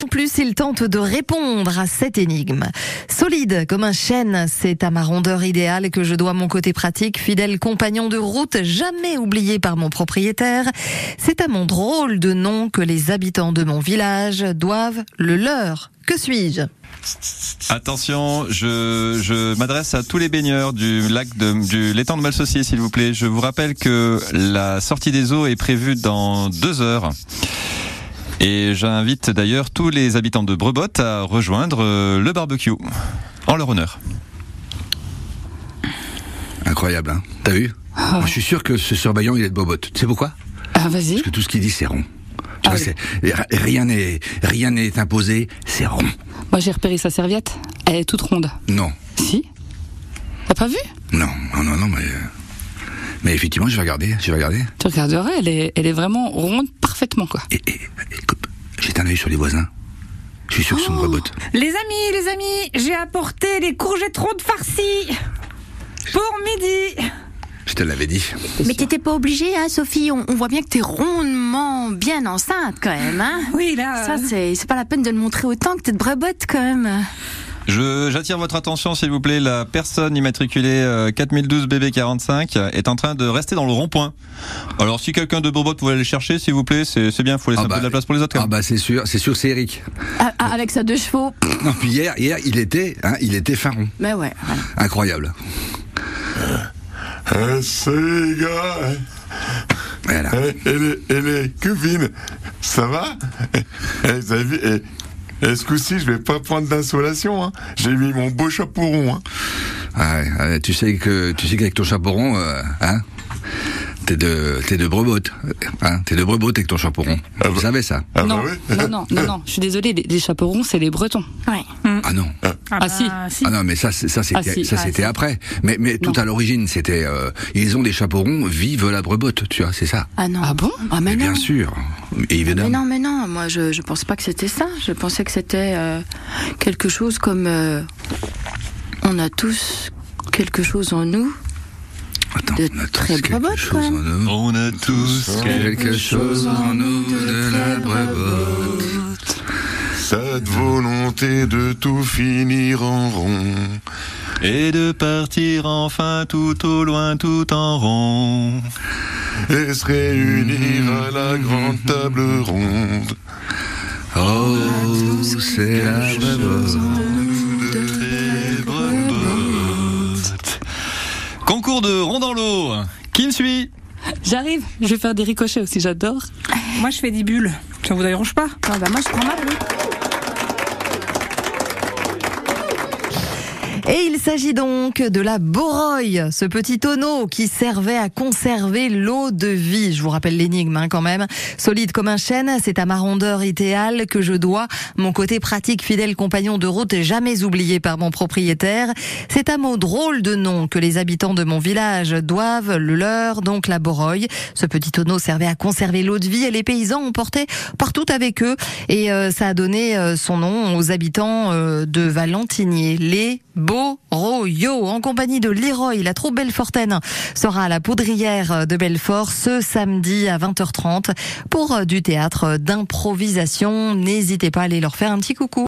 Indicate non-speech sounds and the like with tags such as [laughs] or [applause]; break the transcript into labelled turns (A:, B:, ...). A: En plus, il tente de répondre à cette énigme. Solide comme un chêne, c'est à ma rondeur idéale que je dois mon côté pratique, fidèle compagnon de route, jamais oublié par mon propriétaire. C'est à mon drôle de nom que les habitants de mon village doivent le leur. Que suis-je
B: Attention, je, je m'adresse à tous les baigneurs du lac de, du l'étang de Malsaucier, s'il vous plaît. Je vous rappelle que la sortie des eaux est prévue dans deux heures. Et j'invite d'ailleurs tous les habitants de Brebotte à rejoindre euh, le barbecue en leur honneur.
C: Incroyable, hein T'as vu Moi, Je suis sûr que ce surveillant, il est de bobotte. Tu sais pourquoi
D: Ah, vas-y.
C: Parce que tout ce qu'il dit, c'est rond. Tu
D: Ah
C: vois,
D: oui.
C: c'est- r- rien n'est rien n'est imposé, c'est rond.
D: Moi, j'ai repéré sa serviette. Elle est toute ronde.
C: Non,
D: Si T'as pas vu
C: non, non, non, non, mais euh, mais effectivement, je vais regarder, je vais regarder.
D: Tu regarderais, elle est, elle est vraiment ronde parfaitement, quoi.
C: Et, et- écoute, j'ai un œil sur les voisins. Je suis sûr que c'est une bobotte.
D: Oh.
E: Les amis, les amis, j'ai apporté les courgettes rondes farcies pour midi.
C: Je te l'avais dit.
F: Mais t'étais pas obligée, hein, Sophie on, on voit bien que t'es rondement bien enceinte, quand même, hein
E: Oui, là.
F: Ça, c'est c'est pas la peine de le montrer autant que t'es de brebotte, quand même.
B: Je, j'attire votre attention, s'il vous plaît. La personne immatriculée euh, 4012 BB45 est en train de rester dans le rond-point. Alors, si quelqu'un de Brebotte voulait le chercher, s'il vous plaît, c'est, c'est bien, faut laisser
C: Ah
B: un
C: bah,
B: peu de la place pour les autres. quand
C: Ah
B: même.
C: bah c'est sûr, c'est sûr, c'est Eric.
F: Ah, ah, avec ça deux chevaux.
C: Non, puis hier, hier, il était, hein, il était fin rond.
F: Mais ouais, voilà.
C: Incroyable.
G: Ah, salut les gars
C: Voilà.
G: Eh, et, les, et les cubines, ça va Eh, eh, vous avez vu, eh, eh, ce coup-ci, je vais pas prendre d'insolation. Hein. J'ai mis mon beau chapeau rond. Hein.
C: Ah ouais, ouais, tu sais que tu sais qu'avec ton chaperon, euh, hein, t'es de t'es de brebotte, hein, t'es de brebotte avec ton chaperon.
G: Ah
C: Vous
G: bah-
C: savez ça
G: Ah bah
D: non,
G: ouais.
D: non, non, non, non, je suis désolée, les, les chaperons, c'est les Bretons.
F: Ouais.
C: Ah non,
D: Ah, si.
C: ah non, mais ça c'est- ça c'était
D: Ah si,
C: ça
D: ah
C: c'était
D: si.
C: après. Mais mais tout
D: Non.
C: à l'origine c'était euh, ils ont des chaperons, vive la brebotte, tu vois, c'est ça.
F: Ah non.
D: Ah bon
F: Ah, mais
C: mais
F: non.
C: bien sûr,
F: Mais
C: évidemment.
F: non, mais non, moi je, je pense pas que c'était ça. Je pensais que c'était euh, quelque chose comme. euh, on a tous quelque chose en nous.
C: Attends,
F: de
C: on a tous
F: très
C: quelque
F: brebotte,
C: chose
F: quand même.
C: en nous.
B: On a tous
C: Quelque chose en nous de la brebotte.
G: [laughs] Cette volonté de tout finir en rond.
B: Et de partir enfin tout au loin, tout en rond.
G: Et se réunir
D: Mm-hmm.
G: à la grande table ronde.
C: Oh, c'est la brebotte.
B: Concours de rond dans l'eau. Qui me suit
D: J'arrive, je vais faire des ricochets aussi, j'adore.
E: Moi, je fais des bulles. Ça vous dérange pas
F: Ah, bah moi je prends ma route.
A: Et il s'agit donc de la boroille, ce petit tonneau qui servait à conserver l'eau de vie. Je vous rappelle l'énigme hein, quand même. Solide comme un chêne, c'est à ma rondeur idéale que je dois mon côté pratique, fidèle compagnon de route et jamais oublié par mon propriétaire. C'est à mon drôle de nom que les habitants de mon village doivent le leur, donc la boroille. Ce petit tonneau servait à conserver l'eau de vie et les paysans ont porté partout avec eux. Et euh, ça a donné euh, son nom aux habitants euh, de Valentinier, les Beaux Royaux, en compagnie de Leroy, la troupe Belfortaine, sera à la Poudrière de Belfort ce samedi à 20h30 pour euh, du théâtre d'improvisation. N'hésitez pas à aller leur faire un petit coucou.